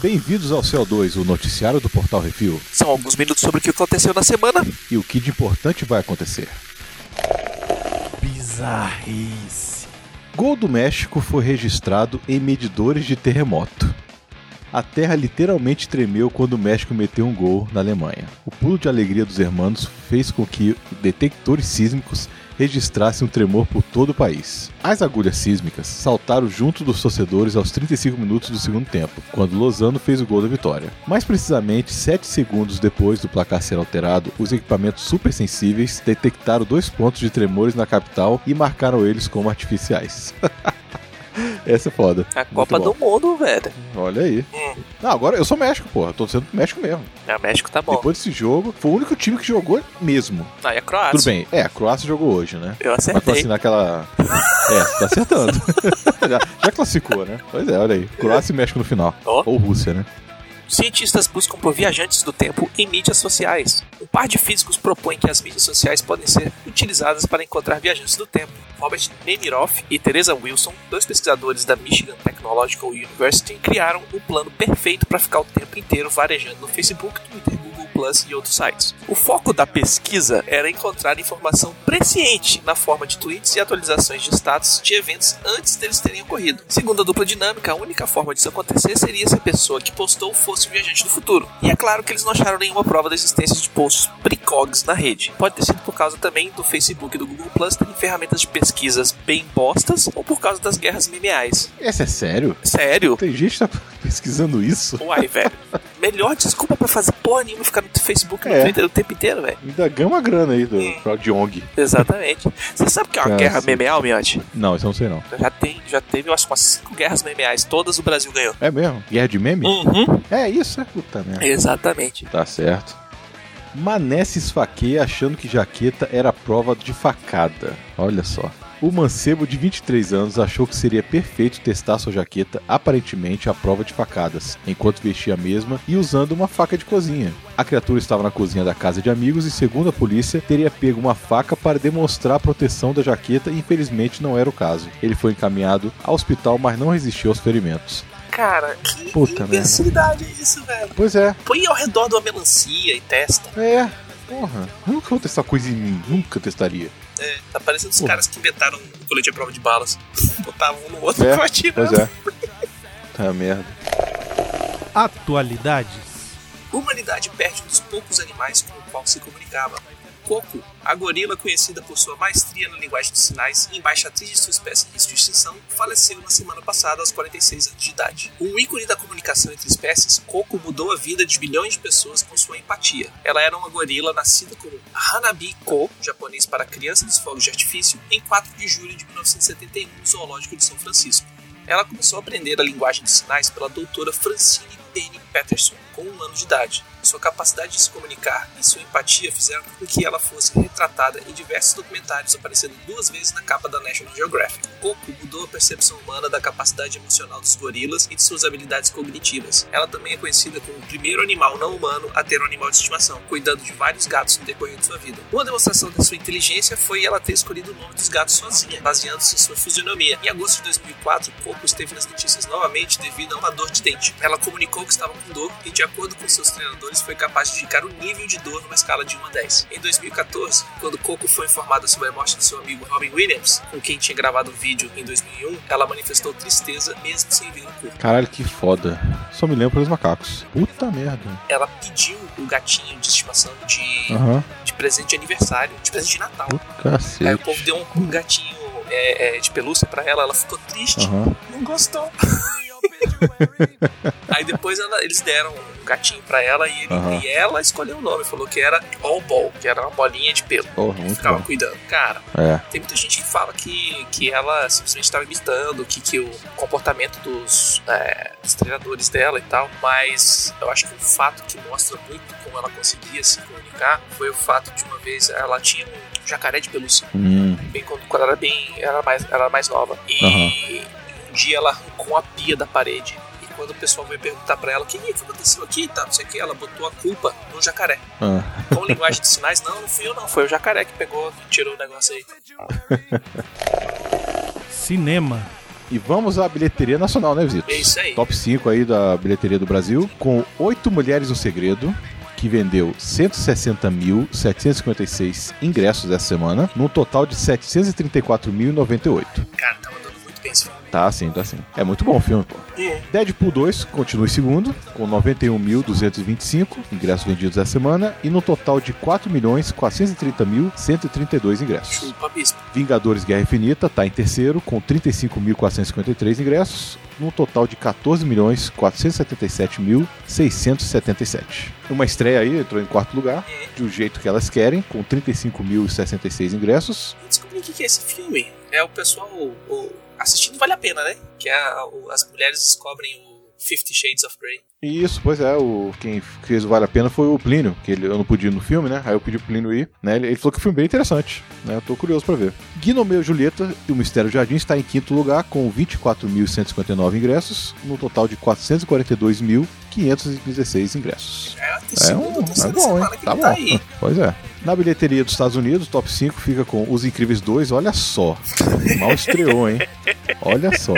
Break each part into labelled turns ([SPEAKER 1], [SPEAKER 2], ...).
[SPEAKER 1] Bem-vindos ao CO2, o noticiário do Portal Refil.
[SPEAKER 2] São alguns minutos sobre o que aconteceu na semana.
[SPEAKER 1] E o que de importante vai acontecer?
[SPEAKER 3] Bizarrice.
[SPEAKER 1] Gol do México foi registrado em medidores de terremoto. A terra literalmente tremeu quando o México meteu um gol na Alemanha. O pulo de alegria dos hermanos fez com que detectores sísmicos registrassem um tremor por todo o país. As agulhas sísmicas saltaram junto dos torcedores aos 35 minutos do segundo tempo, quando Lozano fez o gol da vitória. Mais precisamente, 7 segundos depois do placar ser alterado, os equipamentos supersensíveis detectaram dois pontos de tremores na capital e marcaram eles como artificiais. Essa é foda.
[SPEAKER 2] A
[SPEAKER 1] Muito
[SPEAKER 2] Copa
[SPEAKER 1] bom.
[SPEAKER 2] do Mundo, velho.
[SPEAKER 1] Olha aí.
[SPEAKER 2] Hum.
[SPEAKER 1] Não, agora eu sou México, porra. Tô sendo México mesmo.
[SPEAKER 2] Ah, O México tá bom.
[SPEAKER 1] Depois desse jogo, foi o único time que jogou mesmo.
[SPEAKER 2] Ah, e a Croácia.
[SPEAKER 1] Tudo bem. É, a Croácia jogou hoje, né?
[SPEAKER 2] Eu
[SPEAKER 1] Mas
[SPEAKER 2] acertei.
[SPEAKER 1] classificar aquela. É, tá acertando. já, já classificou, né? Pois é, olha aí. Croácia e México no final.
[SPEAKER 2] Ó.
[SPEAKER 1] Ou Rússia, né?
[SPEAKER 2] Cientistas buscam por viajantes do tempo em mídias sociais. Um par de físicos propõe que as mídias sociais podem ser utilizadas para encontrar viajantes do tempo. Robert Nemiroff e Teresa Wilson, dois pesquisadores da Michigan Technological University, criaram um plano perfeito para ficar o tempo inteiro varejando no Facebook, Twitter, Google Plus e outros sites. O foco da pesquisa era encontrar informação presciente na forma de tweets e atualizações de status de eventos antes deles terem ocorrido. Segundo a dupla dinâmica, a única forma disso acontecer seria se a pessoa que postou fosse o viajante do futuro. E é claro que eles não acharam nenhuma prova da existência de posts precogs na rede. Pode ter sido por causa também do Facebook e do Google Plus terem ferramentas de pesquisas bem bostas ou por causa das guerras memeais.
[SPEAKER 1] Esse é sério?
[SPEAKER 2] Sério?
[SPEAKER 1] Tem gente que tá pesquisando isso?
[SPEAKER 2] Uai, velho. Melhor desculpa pra fazer porra nenhuma e ficar no Facebook e no
[SPEAKER 1] É.
[SPEAKER 2] Twitter o tempo inteiro, velho.
[SPEAKER 1] Ainda ganha uma grana aí do
[SPEAKER 2] Hum.
[SPEAKER 1] Frog Ong.
[SPEAKER 2] Exatamente. Você sabe o que é uma
[SPEAKER 1] Cara,
[SPEAKER 2] guerra
[SPEAKER 1] Ah, sim.
[SPEAKER 2] memeal, Miotti?
[SPEAKER 1] Não, isso eu não sei não.
[SPEAKER 2] Já, tem, já teve, eu acho, umas cinco guerras memeais. Todas o Brasil ganhou.
[SPEAKER 1] É mesmo? Guerra de meme?
[SPEAKER 2] Uhum.
[SPEAKER 1] É isso, é puta merda.
[SPEAKER 2] Exatamente.
[SPEAKER 1] Tá certo. Mané se esfaqueia achando que jaqueta era prova de facada. Olha só. O mancebo de 23 anos achou que seria perfeito testar sua jaqueta, aparentemente à prova de facadas, enquanto vestia a mesma e usando uma faca de cozinha. A criatura estava na cozinha da casa de amigos e, segundo a polícia, teria pego uma faca para demonstrar a proteção da jaqueta e, infelizmente, não era o caso. Ele foi encaminhado ao hospital, mas não resistiu aos ferimentos.
[SPEAKER 2] Cara, que
[SPEAKER 1] Puta
[SPEAKER 2] imbecilidade é isso, velho?
[SPEAKER 1] Pois é,
[SPEAKER 2] Põe ao redor de uma melancia e testa.
[SPEAKER 1] É, porra. Eu nunca vou testar coisa em mim, nunca testaria.
[SPEAKER 2] Tá parecendo os
[SPEAKER 1] Pô.
[SPEAKER 2] caras que inventaram um colete à prova de balas. Botavam um no outro
[SPEAKER 1] É,
[SPEAKER 2] e foi atirando.
[SPEAKER 1] Tá merda.
[SPEAKER 3] Atualidades.
[SPEAKER 2] humanidade perde um dos poucos animais com o qual se comunicava. Coco, a gorila conhecida por sua maestria na linguagem dos sinais e embaixatriz de sua espécie em risco de extinção, faleceu na semana passada aos 46 anos de idade. Um ícone da comunicação entre espécies, Coco mudou a vida de milhões de pessoas com sua empatia. Ela era uma gorila nascida como Hanabi Ko, japonês para criança dos fogos de artifício, em 4 de julho de 1971 no Zoológico de São Francisco. Ela começou a aprender a linguagem de sinais pela doutora Francine Penny Patterson, com um ano de idade. Sua capacidade de se comunicar e sua empatia fizeram com que ela fosse retratada em diversos documentários, aparecendo duas vezes na capa da National Geographic. Coco mudou a percepção humana da capacidade emocional dos gorilas e de suas habilidades cognitivas. Ela também é conhecida como o primeiro animal não humano a ter um animal de estimação, cuidando de vários gatos no decorrer de sua vida. Uma demonstração da sua inteligência foi ela ter escolhido o nome dos gatos sozinha, baseando-se em sua fisionomia. Em agosto de 2004, Coco esteve nas notícias novamente devido a uma dor de dente. Ela comunicou que estava com dor e, de acordo com seus treinadores, foi capaz de indicar o nível de dor numa escala de 1 a 10. Em 2014, quando Coco foi informada sobre a morte de seu amigo Robin Williams, com quem tinha gravado o vídeo em 2001, ela manifestou tristeza mesmo sem ver o corpo.
[SPEAKER 1] Caralho, que foda. Só me lembro dos macacos. Puta merda.
[SPEAKER 2] Ela pediu o gatinho de estimação de,
[SPEAKER 1] Aham.
[SPEAKER 2] de presente de aniversário, de presente de Natal. Aí o povo
[SPEAKER 1] Cacete.
[SPEAKER 2] deu um, um gatinho é, é, de pelúcia pra ela, ela ficou triste,
[SPEAKER 1] Aham.
[SPEAKER 2] não gostou. Aí depois ela- eles deram um gatinho pra ela e, ele-
[SPEAKER 1] Aham.
[SPEAKER 2] e ela escolheu o nome, falou que era All Ball, que era uma bolinha de pelo.
[SPEAKER 1] Porra, muito
[SPEAKER 2] Ficava
[SPEAKER 1] bom.
[SPEAKER 2] cuidando. Cara,
[SPEAKER 1] É.
[SPEAKER 2] tem muita gente que fala que, que ela simplesmente estava imitando, que, que o comportamento dos, é, dos treinadores dela e tal, mas eu acho que um fato que mostra muito como ela conseguia se comunicar foi o fato de uma vez ela tinha um jacaré de pelúcia
[SPEAKER 1] Hum.
[SPEAKER 2] bem quando, quando ela era bem era mais ela era mais nova e um dia ela arrancou a pia da parede e quando o pessoal veio perguntar pra ela o que, que aconteceu aqui e tá, não sei o que ela botou a culpa no jacaré
[SPEAKER 1] Ah.
[SPEAKER 2] com linguagem de sinais não não fui eu não foi o jacaré que pegou tirou o negócio aí
[SPEAKER 3] Cinema.
[SPEAKER 1] E vamos à bilheteria nacional, né, Visitos?
[SPEAKER 2] É isso aí.
[SPEAKER 1] Top 5 aí da bilheteria do Brasil, com Oito Mulheres no Segredo, que vendeu 160.756 ingressos essa semana, num total de 734.098.
[SPEAKER 2] Cara, tava dando muito bem esse filme.
[SPEAKER 1] Tá assim, tá assim. É muito bom o filme, pô.
[SPEAKER 2] É.
[SPEAKER 1] Deadpool 2 continua em segundo, com 91.225 ingressos vendidos essa semana, e no total de 4.430.132 ingressos.
[SPEAKER 2] Chupa, bispo.
[SPEAKER 1] Vingadores Guerra Infinita está em terceiro, com 35.453 ingressos, num total de 14.477.677. Uma estreia aí entrou em quarto lugar, do jeito que elas querem, com 35.066 ingressos.
[SPEAKER 2] Eu descobri o que que é esse filme. É o pessoal o- assistindo vale a pena, né? Que a- o- as mulheres descobrem o Fifty Shades of Grey.
[SPEAKER 1] E isso, pois é, o, quem fez o Vale a Pena foi o Plínio, que ele, eu não podia ir no filme, né? Aí eu pedi pro Plínio ir, né? Ele, ele falou que o filme é bem interessante, né? Eu tô curioso pra ver. Guinomeu e Julieta e o Mistério do Jardim está em quinto lugar, com 24.159 ingressos, num total de 442.516 ingressos.
[SPEAKER 2] Cara, tem
[SPEAKER 1] É,
[SPEAKER 2] segunda
[SPEAKER 1] um,
[SPEAKER 2] ou
[SPEAKER 1] é
[SPEAKER 2] terceira
[SPEAKER 1] bom, hein?
[SPEAKER 2] semana que
[SPEAKER 1] Tá
[SPEAKER 2] ele
[SPEAKER 1] bom.
[SPEAKER 2] tá aí.
[SPEAKER 1] Pois é. Na bilheteria dos Estados Unidos, o top 5 fica com Os Incríveis 2, olha só. Mal estreou, hein? Olha só.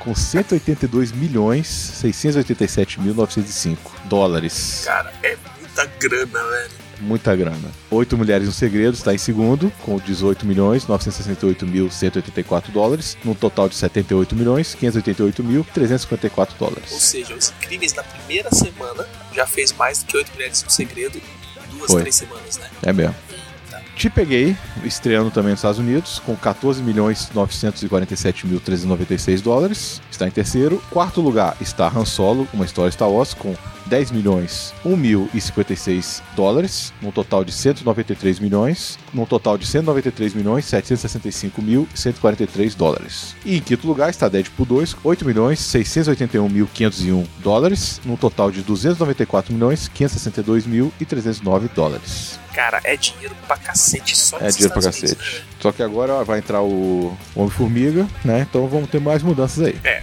[SPEAKER 1] Com 182 milhões 687.905 dólares.
[SPEAKER 2] Cara, é muita grana, velho.
[SPEAKER 1] Muita grana. Oito Mulheres no Segredo está em segundo, com 18 milhões 968.184 dólares, num total de 78 milhões 588.354
[SPEAKER 2] Ou
[SPEAKER 1] dólares.
[SPEAKER 2] seja, os incríveis na primeira semana já fez mais do que oito mulheres no segredo em duas,
[SPEAKER 1] Foi.
[SPEAKER 2] três semanas, né? Tá.
[SPEAKER 1] É mesmo. Te Peguei, estreando também nos Estados Unidos, com 14 dólares, está em terceiro. Quarto lugar está Han Solo, uma história Star Wars, com 10 milhões um dólares, num total de 193 milhões, num total de 193 milhões dólares. E em quinto lugar está Deadpool 2, 8 milhões um dólares, num total de 294 milhões dólares.
[SPEAKER 2] Cara, é dinheiro pra cacete só
[SPEAKER 1] É
[SPEAKER 2] nos
[SPEAKER 1] dinheiro pra
[SPEAKER 2] Estados Unidos,
[SPEAKER 1] cacete. Só que agora ó, vai entrar o Homem-Formiga, né? Então vamos ter mais mudanças aí.
[SPEAKER 2] né?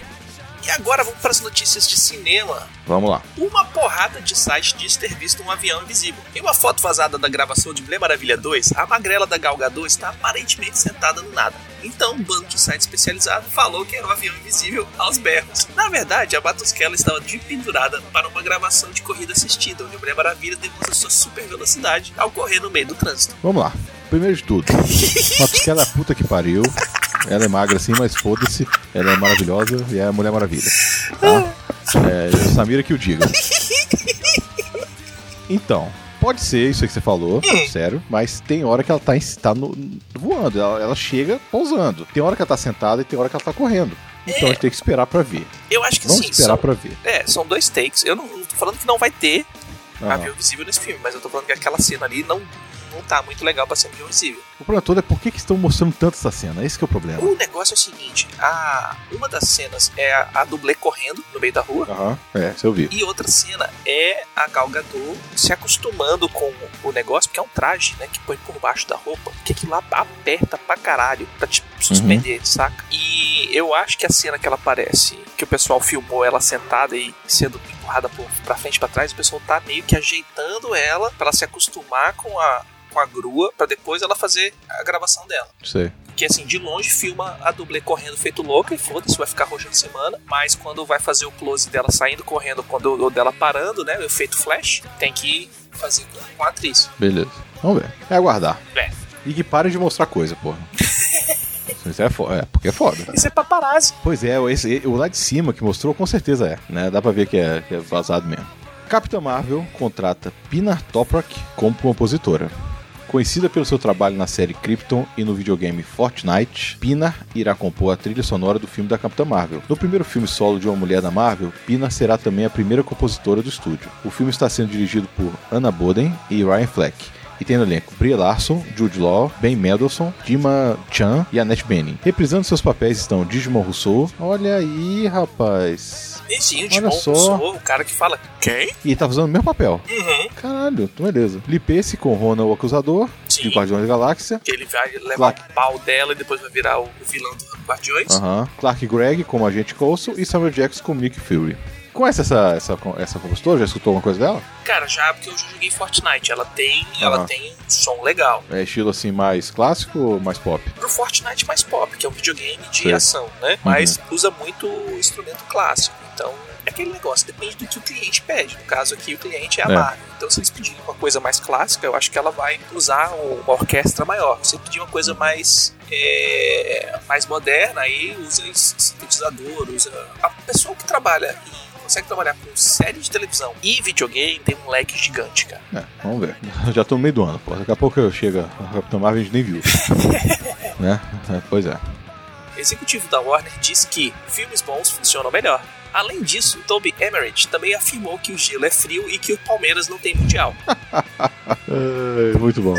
[SPEAKER 2] E agora vamos para as notícias de cinema.
[SPEAKER 1] Vamos lá.
[SPEAKER 2] Uma porrada de site diz ter visto um avião invisível. Em uma foto vazada da gravação de Mulher Maravilha 2, a magrela da Gal Gadot está aparentemente sentada no nada. Então, um bando de site especializado falou que era um avião invisível aos berros. Na verdade, a Batusquela estava de pendurada para uma gravação de corrida assistida, onde a Mulher Maravilha demonstra sua super velocidade ao correr no meio do trânsito.
[SPEAKER 1] Vamos lá. Primeiro de tudo, Matusquela é a puta que pariu. Ela é magra assim, mas foda-se. Ela é maravilhosa e é a Mulher Maravilha. Tá? É, Samira que o diga. Então, pode ser isso aí que você falou, sério, mas tem hora que ela tá, em- tá no- voando. Ela, ela chega pousando. Tem hora que ela tá sentada e tem hora que ela tá correndo. Então a gente tem que esperar pra ver.
[SPEAKER 2] Eu acho que
[SPEAKER 1] Vamos
[SPEAKER 2] sim,
[SPEAKER 1] esperar
[SPEAKER 2] são,
[SPEAKER 1] pra ver.
[SPEAKER 2] é, são dois takes. Eu não, não tô falando que não vai ter
[SPEAKER 1] Aham.
[SPEAKER 2] avião invisível nesse filme, mas eu tô falando que aquela cena ali não, não tá muito legal pra ser um avião invisível.
[SPEAKER 1] O problema todo é por que, que estão mostrando tanto essa cena. Esse que é o problema.
[SPEAKER 2] O negócio é o seguinte: a, uma das cenas é a, a dublê correndo no meio da rua,
[SPEAKER 1] Aham. É, isso eu vi.
[SPEAKER 2] e outra cena é a Gal Gadot se acostumando com o negócio, porque é um traje, né? Que põe por baixo da roupa, que aquilo lá aperta pra caralho, pra te suspender, saca? E eu acho que a cena que ela aparece, que o pessoal filmou ela sentada e sendo empurrada por- pra frente e pra trás, o pessoal tá meio que ajeitando ela pra ela se acostumar com a, com a grua, pra depois ela fazer a gravação dela.
[SPEAKER 1] Não sei.
[SPEAKER 2] Que assim, de longe filma a dublê correndo feito louca e foda-se, vai ficar roxa na semana. Mas quando vai fazer o close dela saindo correndo quando, ou dela parando, né? O efeito flash, tem que fazer com- com a atriz.
[SPEAKER 1] Beleza. Vamos ver. É aguardar.
[SPEAKER 2] É.
[SPEAKER 1] E que parem de mostrar coisa, porra. Isso é foda. É, porque é foda.
[SPEAKER 2] Isso é paparazzi.
[SPEAKER 1] Pois é, esse, o lá de cima que mostrou com certeza é. Né? Dá pra ver que é, que é vazado mesmo. Capitã Marvel contrata Pinar Toprak como compositora. Conhecida pelo seu trabalho na série Krypton e no videogame Fortnite, Pinar irá compor a trilha sonora do filme da Capitã Marvel. No primeiro filme solo de uma mulher da Marvel, Pinar será também a primeira compositora do estúdio. O filme está sendo dirigido por Anna Boden e Ryan Fleck. E tem no elenco Brie Larson, Jude Law, Ben Mendelsohn, Dima Chan e Annette Bening. Reprisando seus papéis estão Digimon Rousseau. Olha aí, rapaz.
[SPEAKER 2] E sim, o
[SPEAKER 1] Olha
[SPEAKER 2] Timon
[SPEAKER 1] só.
[SPEAKER 2] Rousseau, o cara que fala quem?
[SPEAKER 1] E tá fazendo o mesmo papel.
[SPEAKER 2] Uhum.
[SPEAKER 1] Caralho, então beleza. Lipace com Ronan o Acusador, de
[SPEAKER 2] Sim.
[SPEAKER 1] Guardiões da Galáxia.
[SPEAKER 2] Que ele vai levar
[SPEAKER 1] Claro.
[SPEAKER 2] o pau dela e depois vai virar o o vilão do Guardiões.
[SPEAKER 1] Ah. Aham. Clark Gregg como Agente Coulson e Samuel Jackson como Nick Fury. conhece essa, essa, essa compositora? Já escutou alguma coisa dela?
[SPEAKER 2] Cara, já porque eu já joguei Fortnite. Ela tem,
[SPEAKER 1] Aham.
[SPEAKER 2] ela tem um som legal.
[SPEAKER 1] É estilo assim mais clássico ou mais pop?
[SPEAKER 2] Pro Fortnite mais pop, que é um videogame de
[SPEAKER 1] Sei.
[SPEAKER 2] ação, né? Mas usa muito instrumento clássico. Então, é aquele negócio, depende do que o cliente pede. No caso aqui, o cliente é a
[SPEAKER 1] É.
[SPEAKER 2] Marvel. Então, se eles pedirem uma coisa mais clássica, eu acho que ela vai usar um- uma orquestra maior. Se pedir uma coisa mais, é, mais moderna, aí usa s- sintetizador, usa. A pessoa que trabalha e consegue trabalhar com série de televisão e videogame tem um leque gigante, cara.
[SPEAKER 1] É, vamos ver. Já tô no meio do ano, pô. Daqui a pouco eu chego a Capitão Marvel a gente nem viu. né? É, Pois é.
[SPEAKER 2] executivo da Warner diz que filmes bons funcionam melhor. Além disso, Toby Emmerich também afirmou que o gelo é frio e que o Palmeiras não tem mundial.
[SPEAKER 1] Ai, muito bom.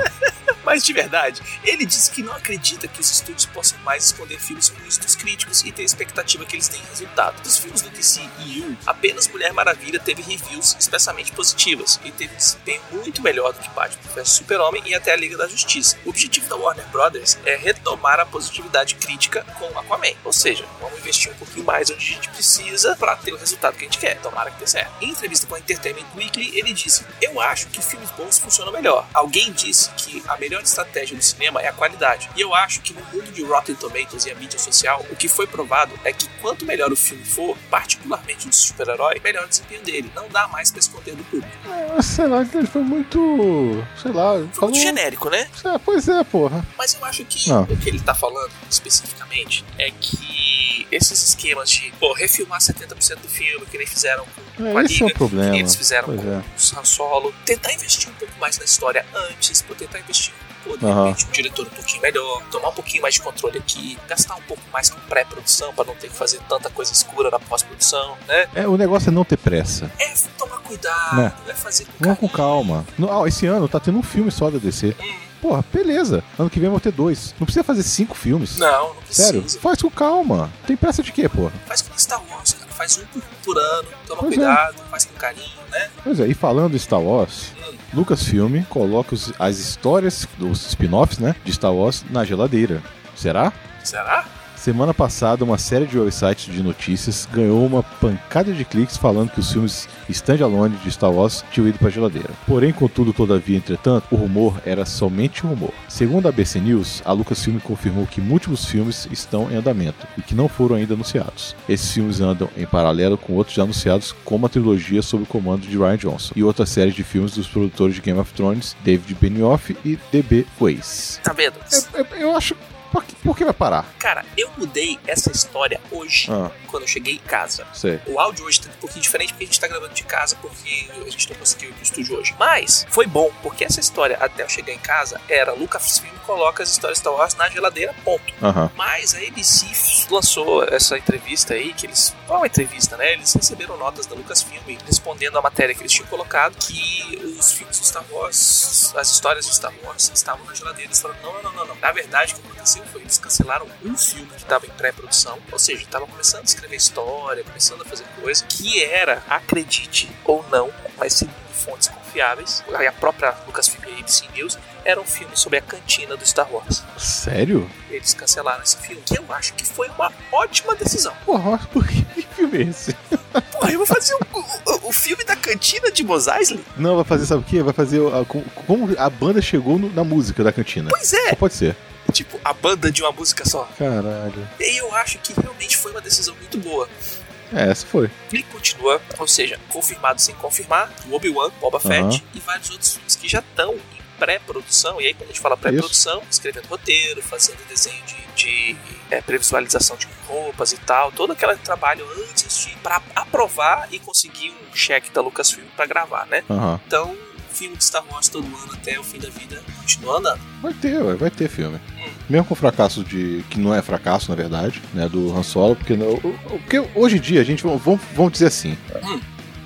[SPEAKER 2] Mas de verdade, ele disse que não acredita que os estúdios possam mais esconder filmes ruins dos críticos e tem expectativa que eles tenham resultado. Dos filmes do DC e You, apenas Mulher Maravilha teve reviews especialmente positivas e teve desempenho muito melhor do que Batman vs Super-Homem e até a Liga da Justiça. O objetivo da Warner Brothers é retomar a positividade crítica com Aquaman, ou seja, vamos investir um pouquinho mais onde a gente precisa para ter o resultado que a gente quer. Tomara que dê certo. Em entrevista com a Entertainment Weekly, ele disse: Eu acho que filmes bons funcionam melhor. Alguém disse que a melhor estratégia do cinema é a qualidade. E eu acho que no mundo de Rotten Tomatoes e a mídia social, o que foi provado é que quanto melhor o filme for, particularmente o de super-herói, melhor o desempenho dele. Não dá mais pra esconder do público. Um
[SPEAKER 1] É, sei lá, ele foi muito. Sei lá.
[SPEAKER 2] Foi muito
[SPEAKER 1] falou-
[SPEAKER 2] genérico, né?
[SPEAKER 1] É, pois é, porra.
[SPEAKER 2] Mas eu acho que
[SPEAKER 1] Ah.
[SPEAKER 2] o que ele tá falando especificamente é que esses esquemas de, pô, refilmar 70% do filme, que nem fizeram com
[SPEAKER 1] É,
[SPEAKER 2] a
[SPEAKER 1] esse é
[SPEAKER 2] Liga,
[SPEAKER 1] o problema.
[SPEAKER 2] que eles fizeram
[SPEAKER 1] Pois
[SPEAKER 2] com
[SPEAKER 1] é.
[SPEAKER 2] o Han Solo. Tentar investir um pouco mais na história antes, pô, tentar investir pô, de
[SPEAKER 1] Aham.
[SPEAKER 2] repente um diretor um pouquinho melhor, tomar um pouquinho mais de controle aqui, gastar um pouco mais com pré-produção pra não ter que fazer tanta coisa escura na pós-produção, né?
[SPEAKER 1] É, o negócio é não ter pressa.
[SPEAKER 2] É tomar cuidado, é, fazer com
[SPEAKER 1] Né? Vamos com
[SPEAKER 2] carinho.
[SPEAKER 1] calma. No- ah, esse ano tá tendo um filme só da DC.
[SPEAKER 2] Hum,
[SPEAKER 1] Porra, beleza. Ano que vem vão ter dois. Não precisa fazer cinco filmes.
[SPEAKER 2] não, não precisa.
[SPEAKER 1] Sério? Faz com calma. Tem pressa de quê, porra?
[SPEAKER 2] Faz com Star Wars, cara. Faz um por, por ano, toma
[SPEAKER 1] Pois é.
[SPEAKER 2] cuidado, faz com carinho, né?
[SPEAKER 1] Pois é, e falando em Star Wars,
[SPEAKER 2] Hum.
[SPEAKER 1] Lucasfilm coloca os- as histórias dos spin-offs, né, de Star Wars na geladeira. Será?
[SPEAKER 2] Será?
[SPEAKER 1] Semana passada, uma série de websites de notícias ganhou uma pancada de cliques falando que os filmes standalone de Star Wars tinham ido para geladeira. Porém, contudo, todavia, entretanto, o rumor era somente um rumor. Segundo a ABC News, a Lucasfilm confirmou que múltiplos filmes estão em andamento e que não foram ainda anunciados. Esses filmes andam em paralelo com outros já anunciados, como a trilogia sob o comando de Ryan Johnson e outra série de filmes dos produtores de Game of Thrones, David Benioff e D.B. Weiss.
[SPEAKER 2] Tá vendo?
[SPEAKER 1] Eu, eu- eu acho... Por que, por que vai parar?
[SPEAKER 2] Cara, eu mudei essa história hoje,
[SPEAKER 1] Ah,
[SPEAKER 2] quando eu cheguei em casa.
[SPEAKER 1] sei.
[SPEAKER 2] O áudio hoje tá um pouquinho diferente porque a gente tá gravando de casa, porque a gente não conseguiu ir pro estúdio hoje. Mas foi bom, porque essa história, até eu chegar em casa, era Lucasfilm coloca as histórias Star Wars na geladeira, ponto.
[SPEAKER 1] Aham.
[SPEAKER 2] Mas a ABC lançou essa entrevista aí, que eles. Qual é uma entrevista, né? Eles receberam notas da Lucasfilm respondendo a matéria que eles tinham colocado que os filmes do Star Wars, as histórias do Star Wars estavam na geladeira. Eles falaram: não, não, não, não, não. Na verdade, o que aconteceu foi eles cancelaram um filme que estava em pré-produção, ou seja, estava começando a escrever história, começando a fazer coisa, que era, acredite ou não, mas segundo fontes confiáveis, a própria Lucasfilm e a ABC News, era um filme sobre a cantina do Star Wars
[SPEAKER 1] Sério?
[SPEAKER 2] eles cancelaram esse filme. Que eu acho que foi uma ótima decisão.
[SPEAKER 1] Porra, mas por que que filme é esse?
[SPEAKER 2] Porra, eu vou fazer o, o- o filme da cantina de Mos Eisley?
[SPEAKER 1] Não, vai fazer, sabe o quê? Vai fazer a- com- como a banda chegou no- na música da cantina.
[SPEAKER 2] Pois é,
[SPEAKER 1] Só pode ser.
[SPEAKER 2] tipo, a banda de uma música só.
[SPEAKER 1] Caralho.
[SPEAKER 2] E eu acho que realmente foi uma decisão muito boa.
[SPEAKER 1] É, essa foi.
[SPEAKER 2] Ele continua, ou seja, confirmado sem confirmar, o Obi-Wan, Boba
[SPEAKER 1] Aham.
[SPEAKER 2] Fett e vários outros filmes que já estão em pré-produção. E aí, quando a gente fala pré-produção, escrevendo roteiro, fazendo desenho de, de é, previsualização de roupas e tal, todo aquele trabalho antes de para aprovar e conseguir um cheque da Lucasfilm para gravar, né?
[SPEAKER 1] Aham.
[SPEAKER 2] Então, filme de Star Wars todo ano até o fim da vida continua andando.
[SPEAKER 1] Vai ter, ué, vai ter filme. Mesmo com o fracasso de. que não é fracasso, na verdade, né? Do Han Solo, porque, não, o- o- porque hoje em dia, a gente. Vamos, vamos dizer assim.
[SPEAKER 2] Hum.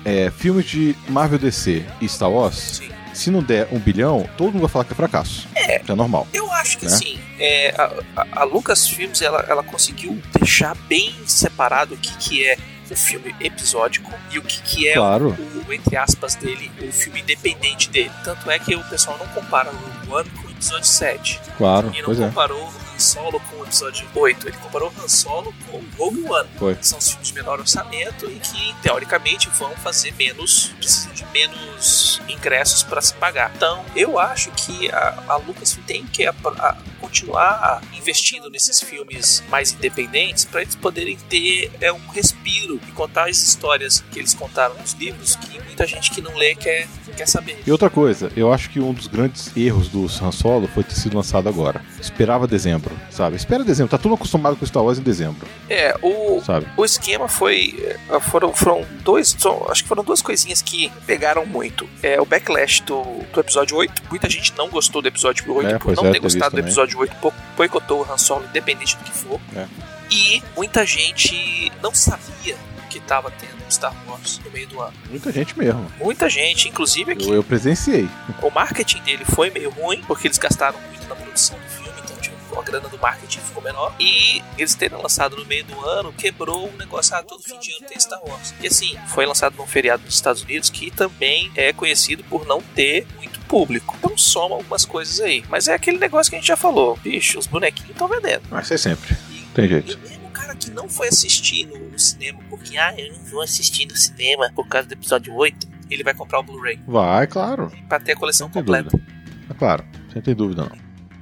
[SPEAKER 1] É, filmes de Marvel DC e Star Wars,
[SPEAKER 2] Sim.
[SPEAKER 1] se não der um bilhão, todo mundo vai falar que é fracasso. É. Isso é normal.
[SPEAKER 2] Eu acho que
[SPEAKER 1] Né?
[SPEAKER 2] assim, é, a, a- a Lucasfilms ela, ela conseguiu deixar bem separado o que, que é o filme episódico e o que, que é
[SPEAKER 1] Claro.
[SPEAKER 2] o, entre aspas, dele, o filme independente dele. Tanto é que o pessoal não compara o Rogue One com o episódio 7.
[SPEAKER 1] Claro,
[SPEAKER 2] E não
[SPEAKER 1] pois é.
[SPEAKER 2] comparou o Han Solo com o episódio 8. Ele comparou Han Solo com Rogue One.
[SPEAKER 1] Foi.
[SPEAKER 2] São os filmes de menor orçamento e que, teoricamente, vão fazer menos. precisam de menos ingressos para se pagar. Então, eu acho que a, a Lucasfilm tem que a- a- continuar investindo nesses filmes mais independentes para eles poderem ter é, um respiro e contar as histórias que eles contaram nos livros que muita gente que não lê quer, quer saber.
[SPEAKER 1] E outra coisa, eu acho que um dos grandes erros do Han Solo foi ter sido lançado agora. Esperava dezembro, sabe? Espera dezembro, tá tudo acostumado com Star Wars em dezembro,
[SPEAKER 2] É, o,
[SPEAKER 1] sabe?
[SPEAKER 2] O esquema foi. eh, Foram, foram dois. só- Acho que foram duas coisinhas que pegaram muito. É o backlash do, do episódio 8. Muita gente não gostou do episódio 8
[SPEAKER 1] É,
[SPEAKER 2] por
[SPEAKER 1] pois
[SPEAKER 2] não
[SPEAKER 1] é,
[SPEAKER 2] ter
[SPEAKER 1] eu vi isso
[SPEAKER 2] gostado do
[SPEAKER 1] também.
[SPEAKER 2] episódio 8, bo- boicotou o Han Solo, independente do que for.
[SPEAKER 1] É.
[SPEAKER 2] E muita gente não sabia que estava tendo Star Wars no meio do ano.
[SPEAKER 1] Muita gente mesmo.
[SPEAKER 2] Muita gente, inclusive aqui.
[SPEAKER 1] Eu, eu presenciei.
[SPEAKER 2] O marketing dele foi meio ruim, porque eles gastaram muito na produção do filme, então tipo, a grana do marketing ficou menor. E eles terem lançado no meio do ano quebrou o negócio, ah, todo fim de ano tem Star Wars. E assim, foi lançado num feriado nos Estados Unidos, que também é conhecido por não ter muito público. Então soma algumas coisas aí. Mas é aquele negócio que a gente já falou, bicho, os bonequinhos estão vendendo.
[SPEAKER 1] Mas é sempre. Tem
[SPEAKER 2] E
[SPEAKER 1] jeito.
[SPEAKER 2] mesmo o cara que não foi assistir no, no cinema, porque, ah, eu não vou assistir no cinema por causa do episódio 8, ele vai comprar o Blu-ray
[SPEAKER 1] Vai, claro.
[SPEAKER 2] pra ter a coleção
[SPEAKER 1] Não tem
[SPEAKER 2] completa.
[SPEAKER 1] dúvida. É claro, você não tem dúvida não.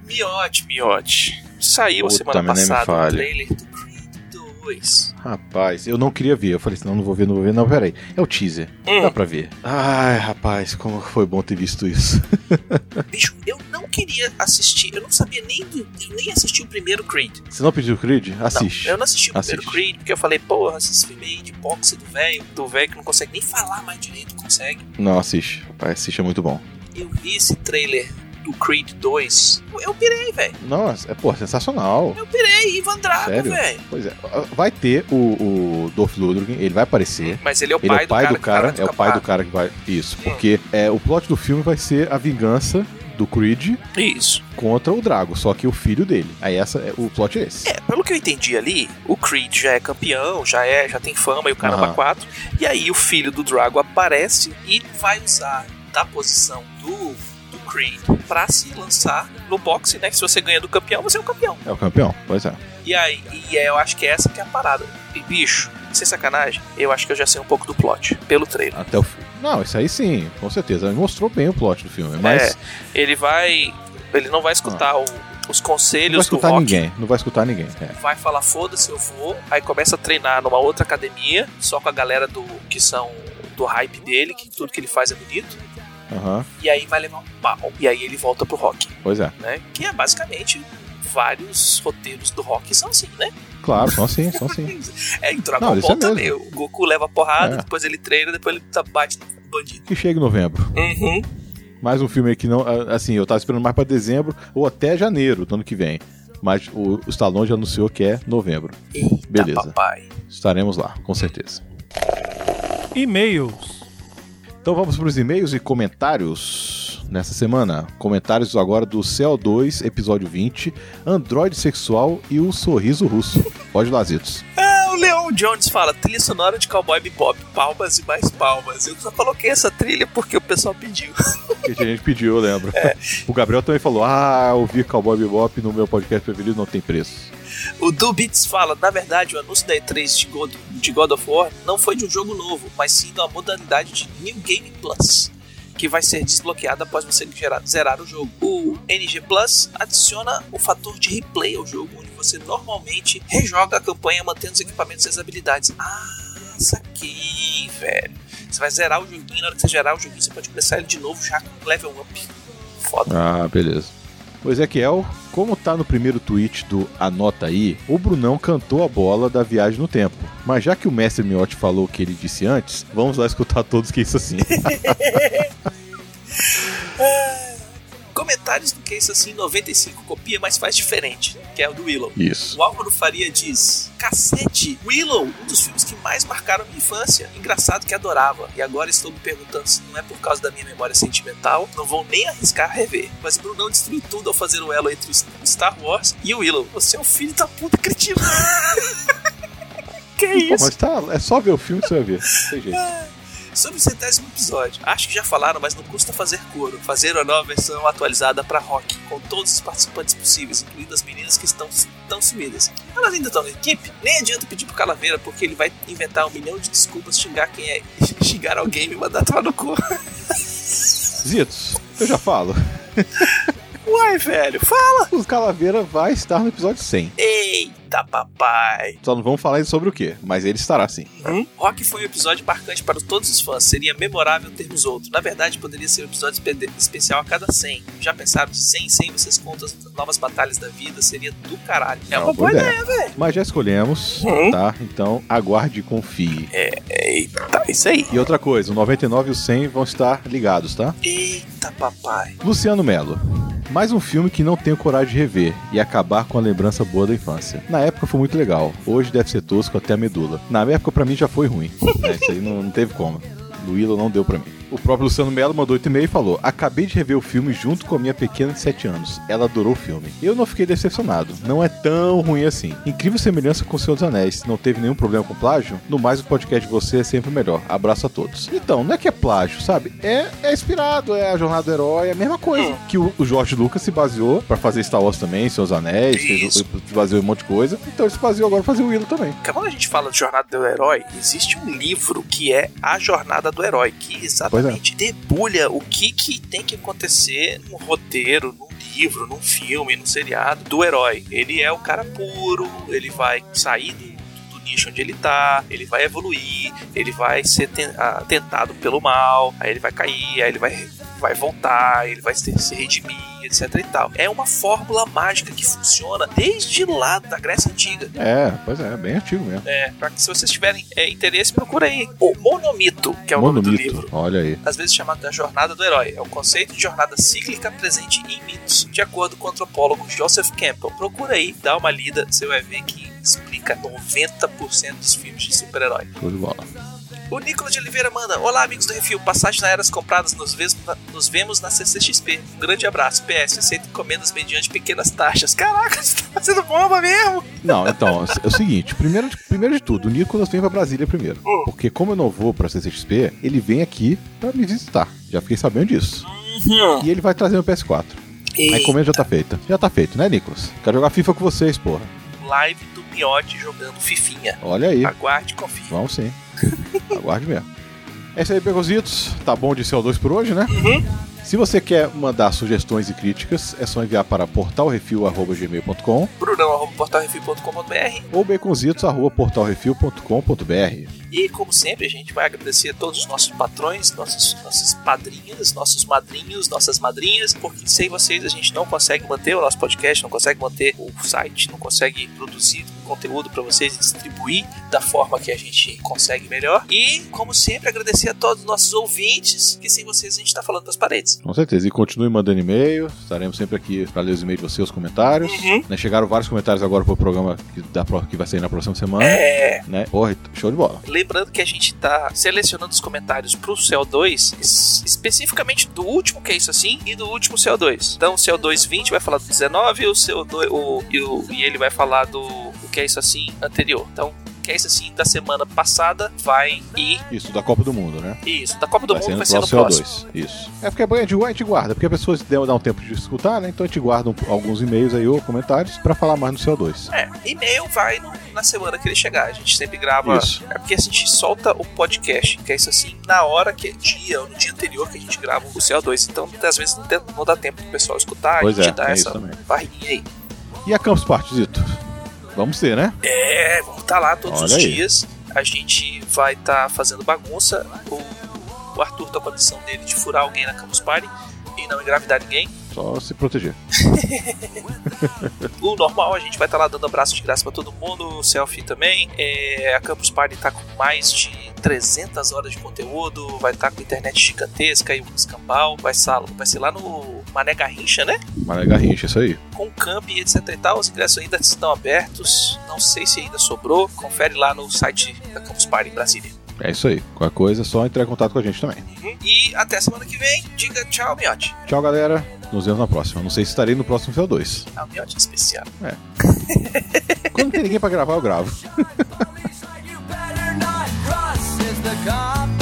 [SPEAKER 2] Miote, miote. Saiu a
[SPEAKER 1] Puta,
[SPEAKER 2] semana
[SPEAKER 1] mas nem me
[SPEAKER 2] passada o
[SPEAKER 1] fale.
[SPEAKER 2] trailer do Creed 2.
[SPEAKER 1] Rapaz, eu não queria ver. Eu falei assim, não, não vou ver, não vou ver. Não, peraí. É o teaser. Dá
[SPEAKER 2] Hum,
[SPEAKER 1] pra ver. Ai, rapaz, como foi bom ter visto isso.
[SPEAKER 2] bicho, eu não queria assistir. Eu não sabia nem do, eu nem assisti o primeiro Creed.
[SPEAKER 1] Você não pediu Creed? Assiste.
[SPEAKER 2] Não, eu não assisti o primeiro
[SPEAKER 1] Assiste.
[SPEAKER 2] Creed porque eu falei, porra, esse filme aí de boxe do velho, do velho que não consegue nem falar mais direito, consegue.
[SPEAKER 1] Não, assiste. Rapaz, assiste, é muito bom.
[SPEAKER 2] Eu vi esse trailer do Creed 2. Eu pirei, velho.
[SPEAKER 1] Não, é, é, pô, sensacional.
[SPEAKER 2] Eu pirei, Ivan Drago,
[SPEAKER 1] Sério?
[SPEAKER 2] velho.
[SPEAKER 1] Pois é, vai ter o, o Dolph Lundgren, ele vai aparecer.
[SPEAKER 2] Mas ele é o
[SPEAKER 1] Ele
[SPEAKER 2] pai,
[SPEAKER 1] é o pai do cara,
[SPEAKER 2] que tá
[SPEAKER 1] é o pai do
[SPEAKER 2] capado.
[SPEAKER 1] cara que vai. Isso, porque é, o plot do filme vai ser a vingança do Creed
[SPEAKER 2] Isso.
[SPEAKER 1] contra o Drago, só que o filho dele. Aí essa é, o plot é esse.
[SPEAKER 2] É, pelo que eu entendi ali, o Creed já é campeão, já é, já tem fama e o caramba
[SPEAKER 1] Aham.
[SPEAKER 2] 4. E aí o filho do Drago aparece e vai usar da posição do, do Creed pra se lançar no boxe, né? Que se você ganha do campeão, você é o campeão.
[SPEAKER 1] É o campeão, pois é.
[SPEAKER 2] E aí, e é, eu acho que é essa que é a parada. E bicho, sem sacanagem, eu acho que eu já sei um pouco do plot, pelo trailer.
[SPEAKER 1] Até o fi- Não, isso aí sim, com certeza. Ele mostrou bem o plot do
[SPEAKER 2] É,
[SPEAKER 1] filme, mas
[SPEAKER 2] Ele vai. Ele não vai escutar o- os
[SPEAKER 1] Ah. não vai
[SPEAKER 2] conselhos do
[SPEAKER 1] escutar
[SPEAKER 2] Rock.
[SPEAKER 1] ninguém. Não vai escutar ninguém. É.
[SPEAKER 2] vai falar foda-se eu vou, aí começa a treinar numa outra academia, só com a galera do que são do hype dele, que tudo que ele faz é bonito,
[SPEAKER 1] Aham,
[SPEAKER 2] e aí vai levar um pau, e aí ele volta pro rock,
[SPEAKER 1] pois é.
[SPEAKER 2] né? Que é basicamente vários roteiros do rock são assim, né?
[SPEAKER 1] Claro, são sim, são sim.
[SPEAKER 2] É, em
[SPEAKER 1] Não,
[SPEAKER 2] Dragon
[SPEAKER 1] isso
[SPEAKER 2] Ball
[SPEAKER 1] é
[SPEAKER 2] também, o Goku leva porrada,
[SPEAKER 1] É.
[SPEAKER 2] depois ele treina, depois ele tá- bate no bandido.
[SPEAKER 1] Que chega em novembro.
[SPEAKER 2] Uhum.
[SPEAKER 1] Mais um filme aí que não. a- Assim, eu tava esperando mais pra dezembro ou até janeiro do ano que vem. Mas o, o Stallone já anunciou que é novembro.
[SPEAKER 2] Eita,
[SPEAKER 1] Beleza.
[SPEAKER 2] papai.
[SPEAKER 1] Estaremos lá, com certeza.
[SPEAKER 3] E-mails.
[SPEAKER 1] Então vamos para os e-mails e comentários nessa semana. Comentários agora do CO2, episódio 20, Android Sexual e o Sorriso Russo. Pode ir lá, Zitos.
[SPEAKER 2] Ah, o Leon Jones fala, trilha sonora de Cowboy Bebop, palmas e mais palmas. Eu só coloquei essa trilha porque o pessoal pediu.
[SPEAKER 1] Que a gente pediu, eu lembro. O Gabriel também falou: Ah, ouvir Cowboy Bebop no meu podcast preferido não tem preço.
[SPEAKER 2] O Dubits fala, na verdade, o anúncio da E3 de God, de God of War não foi de um jogo novo, mas sim de uma modalidade de New Game Plus, que vai ser desbloqueada após você gerar- zerar o jogo. O NG Plus adiciona o fator de replay ao jogo, onde você normalmente rejoga a campanha mantendo os equipamentos e as habilidades. Ah, saquei, velho. Você vai zerar o joguinho, na hora que você zerar o joguinho, você pode começar ele de novo já com level up. Foda.
[SPEAKER 1] Ah, beleza. O Ezequiel, como tá no primeiro tweet do Anota aí, o Brunão cantou a bola da viagem no tempo. Mas já que o mestre Miotti falou o que ele disse antes, vamos lá escutar todos que é isso assim.
[SPEAKER 2] Comentários do que isso assim 95 copia, mas faz diferente, que é o do Willow.
[SPEAKER 1] Isso.
[SPEAKER 2] O Álvaro Faria diz: Cacete, Willow, um dos filmes que mais marcaram minha infância. Engraçado que adorava. E agora estou me perguntando se não é por causa da minha memória sentimental. Não vou nem arriscar rever. Mas Brunão destruiu tudo ao fazer o elo entre o Star Wars e o Willow. Você é um filho da puta cretino. que
[SPEAKER 1] Pô,
[SPEAKER 2] isso?
[SPEAKER 1] mas tá, é só ver o filme que você vai ver. Não Tem jeito.
[SPEAKER 2] Sobre o centésimo episódio, acho que já falaram, mas não custa fazer coro. Fazer a nova versão atualizada para rock, com todos os participantes possíveis, incluindo as meninas que estão tão sumidas. Elas ainda estão na equipe? Nem adianta pedir pro Calaveira, porque ele vai inventar um milhão de desculpas, xingar quem é, xingar alguém e me mandar tomar no cu.
[SPEAKER 1] Zitos, eu já falo.
[SPEAKER 2] Uai, velho, fala!
[SPEAKER 1] O Calaveira vai estar no episódio 100.
[SPEAKER 2] Eita, papai!
[SPEAKER 1] Só não vamos falar sobre o que, mas ele estará sim.
[SPEAKER 2] Hum? Rock foi um episódio marcante para todos os fãs. Seria memorável termos outro. Na verdade, poderia ser um episódio espe- especial a cada 100. Já pensaram? De 100 em 100 vocês contam as novas batalhas da vida. Seria do caralho. É
[SPEAKER 1] Não,
[SPEAKER 2] uma boa
[SPEAKER 1] pois é.
[SPEAKER 2] ideia, velho.
[SPEAKER 1] Mas já escolhemos,
[SPEAKER 2] Hum.
[SPEAKER 1] tá? Então aguarde e confie.
[SPEAKER 2] Eita, isso aí.
[SPEAKER 1] E outra coisa, o 99 e o 100 vão estar ligados, tá?
[SPEAKER 2] Eita, papai.
[SPEAKER 1] Luciano Melo. Mais um filme que não tenho coragem de rever e acabar com a lembrança boa da infância. Na época foi muito legal, hoje deve ser tosco até a medula. Na época pra mim já foi ruim, né? isso aí não, não teve como. Luíla não deu pra mim. O próprio Luciano Melo mandou 8,5 e falou: Acabei de rever o filme junto com a minha pequena de 7 anos. Ela adorou o filme. Eu não fiquei decepcionado. Não é tão ruim assim. Incrível semelhança com o Senhor dos Anéis. Não teve nenhum problema com plágio? No mais, o podcast de você é sempre o melhor. Abraço a todos. Então, não é que é plágio, sabe? É, é inspirado, é a jornada do herói, é a mesma coisa.
[SPEAKER 2] Hum.
[SPEAKER 1] Que o, o Jorge Lucas se baseou pra fazer Star Wars também, Senhor dos Anéis, fez,
[SPEAKER 2] Isso.
[SPEAKER 1] o- se baseou em um monte de coisa. Então ele se baseou agora pra fazer o Willow também.
[SPEAKER 2] Quando a gente fala de Jornada do Herói, existe um livro que é A Jornada do Herói, que exatamente debulha o que, que tem que acontecer num roteiro, num livro, num filme, num seriado do herói. Ele é o cara puro, ele vai sair do, do nicho onde ele tá, ele vai evoluir, ele vai ser ten- ah, tentado pelo mal, aí ele vai cair, aí ele vai vai voltar, ele vai se, se redimir, etc e tal. É uma fórmula mágica que funciona desde lá da Grécia Antiga.
[SPEAKER 1] É, pois é, é bem antigo mesmo.
[SPEAKER 2] É, pra que se vocês tiverem é, interesse, procura aí. O Monomito, que é o nome do livro.
[SPEAKER 1] Monomito, olha aí.
[SPEAKER 2] Às vezes chamado da jornada do herói. É o conceito de jornada cíclica presente em mitos, de acordo com o antropólogo Joseph Campbell. Procura aí, dá uma lida, você vai ver que explica 90% dos filmes de super-herói.
[SPEAKER 1] Show de bola.
[SPEAKER 2] O Nicolas de Oliveira manda: Olá, amigos do Refil. Passagens aéreas compradas nos, ves- na- nos vemos na CCXP. Um grande abraço. PS, aceito encomendas mediante pequenas taxas. Caraca, você tá fazendo bomba mesmo?
[SPEAKER 1] Não, então, é o seguinte, primeiro de, primeiro de tudo, o Nicolas vem pra Brasília primeiro.
[SPEAKER 2] Hum.
[SPEAKER 1] Porque como eu não vou pra CCXP, ele vem aqui pra me visitar. Já fiquei sabendo disso. E ele vai trazer meu PS4. A encomenda já tá feita. Já tá feito, né, Nicolas? Quero jogar FIFA com vocês, porra.
[SPEAKER 2] live do Miotti jogando Fifinha.
[SPEAKER 1] Olha aí.
[SPEAKER 2] Aguarde e confie.
[SPEAKER 1] Vamos sim. Aguarde mesmo. É isso aí, Pegositos. Tá bom de CO2 por hoje, né? Se você quer mandar sugestões e críticas, é só enviar para portalrefil.gmail.com
[SPEAKER 2] Brunão, arroba portalrefil.com.br
[SPEAKER 1] ou baconzitos.portalrefil.com.br.
[SPEAKER 2] E, como sempre, a gente vai agradecer a todos os nossos patrões, nossos, nossos padrinhos, nossos madrinhos, nossas madrinhas, porque sem vocês a gente não consegue manter o nosso podcast, não consegue manter o site, não consegue produzir conteúdo para vocês e distribuir da forma que a gente consegue melhor. E, como sempre, agradecer a todos os nossos ouvintes, que sem vocês a gente tá falando das paredes.
[SPEAKER 1] Com certeza. E continue mandando e-mail. Estaremos sempre aqui para ler os e-mails de vocês, os comentários.
[SPEAKER 2] Uhum.
[SPEAKER 1] Né, chegaram vários comentários agora pro programa que, da, pro- que vai sair na próxima semana.
[SPEAKER 2] É.
[SPEAKER 1] Né? Porra, show de bola.
[SPEAKER 2] Lembrando que a gente tá selecionando os comentários pro CO2, es- especificamente do último que é isso assim e do último CO2. Então o CO2 20 vai falar do 19 e o CO2 o, e, o- e ele vai falar do o que é isso assim anterior. Então o que é isso assim da semana passada vai e
[SPEAKER 1] Isso, da Copa do Mundo, né?
[SPEAKER 2] isso da Copa do Mundo vai ser no
[SPEAKER 1] próximo
[SPEAKER 2] próximo.
[SPEAKER 1] CO2. Isso. É porque a gente- a gente guarda, porque a pessoa se der- dá um tempo de escutar, né? Então a gente guarda um- alguns e-mails aí ou comentários pra falar mais no CO2.
[SPEAKER 2] É, e-mail vai no- na semana que ele chegar. A gente sempre grava.
[SPEAKER 1] Isso.
[SPEAKER 2] É porque a gente solta o podcast, que é isso assim, na hora que é dia ou no dia anterior que a gente grava o CO2. Então, às vezes, não, tem- não dá tempo pro pessoal escutar.
[SPEAKER 1] Pois
[SPEAKER 2] a gente
[SPEAKER 1] é,
[SPEAKER 2] dá
[SPEAKER 1] é isso
[SPEAKER 2] essa
[SPEAKER 1] também.
[SPEAKER 2] barriguinha aí.
[SPEAKER 1] E a Campus Party, Zito? Vamos ter, né?
[SPEAKER 2] É, vamos estar lá todos
[SPEAKER 1] Olha
[SPEAKER 2] os
[SPEAKER 1] aí.
[SPEAKER 2] dias. A gente vai estar fazendo bagunça. O, o Arthur tá com a missão dele de furar alguém na Campus Party e não engravidar ninguém.
[SPEAKER 1] Só se proteger.
[SPEAKER 2] O normal, a gente vai estar lá dando abraço de graça pra todo mundo, selfie também. É, a Campus Party tá com mais de 300 horas de conteúdo, vai estar com internet gigantesca e um escambau. Vai, sa- vai ser lá no Mané Garrincha, né?
[SPEAKER 1] Mané é Garrincha, isso aí.
[SPEAKER 2] Com camp e etc e tal. Os ingressos ainda estão abertos, não sei se ainda sobrou. Confere lá no site da Campus Party em Brasília.
[SPEAKER 1] É isso aí. Qualquer coisa, é só entrar em contato com a gente também.
[SPEAKER 2] Uhum. E até semana que vem. Diga tchau, Miote.
[SPEAKER 1] Tchau, galera. Nos vemos na próxima. Não sei se estarei no próximo CO2.
[SPEAKER 2] Ah, o Miote é especial.
[SPEAKER 1] Quando não tem ninguém pra gravar, eu gravo.
[SPEAKER 3] Police, you better not cross is the cop.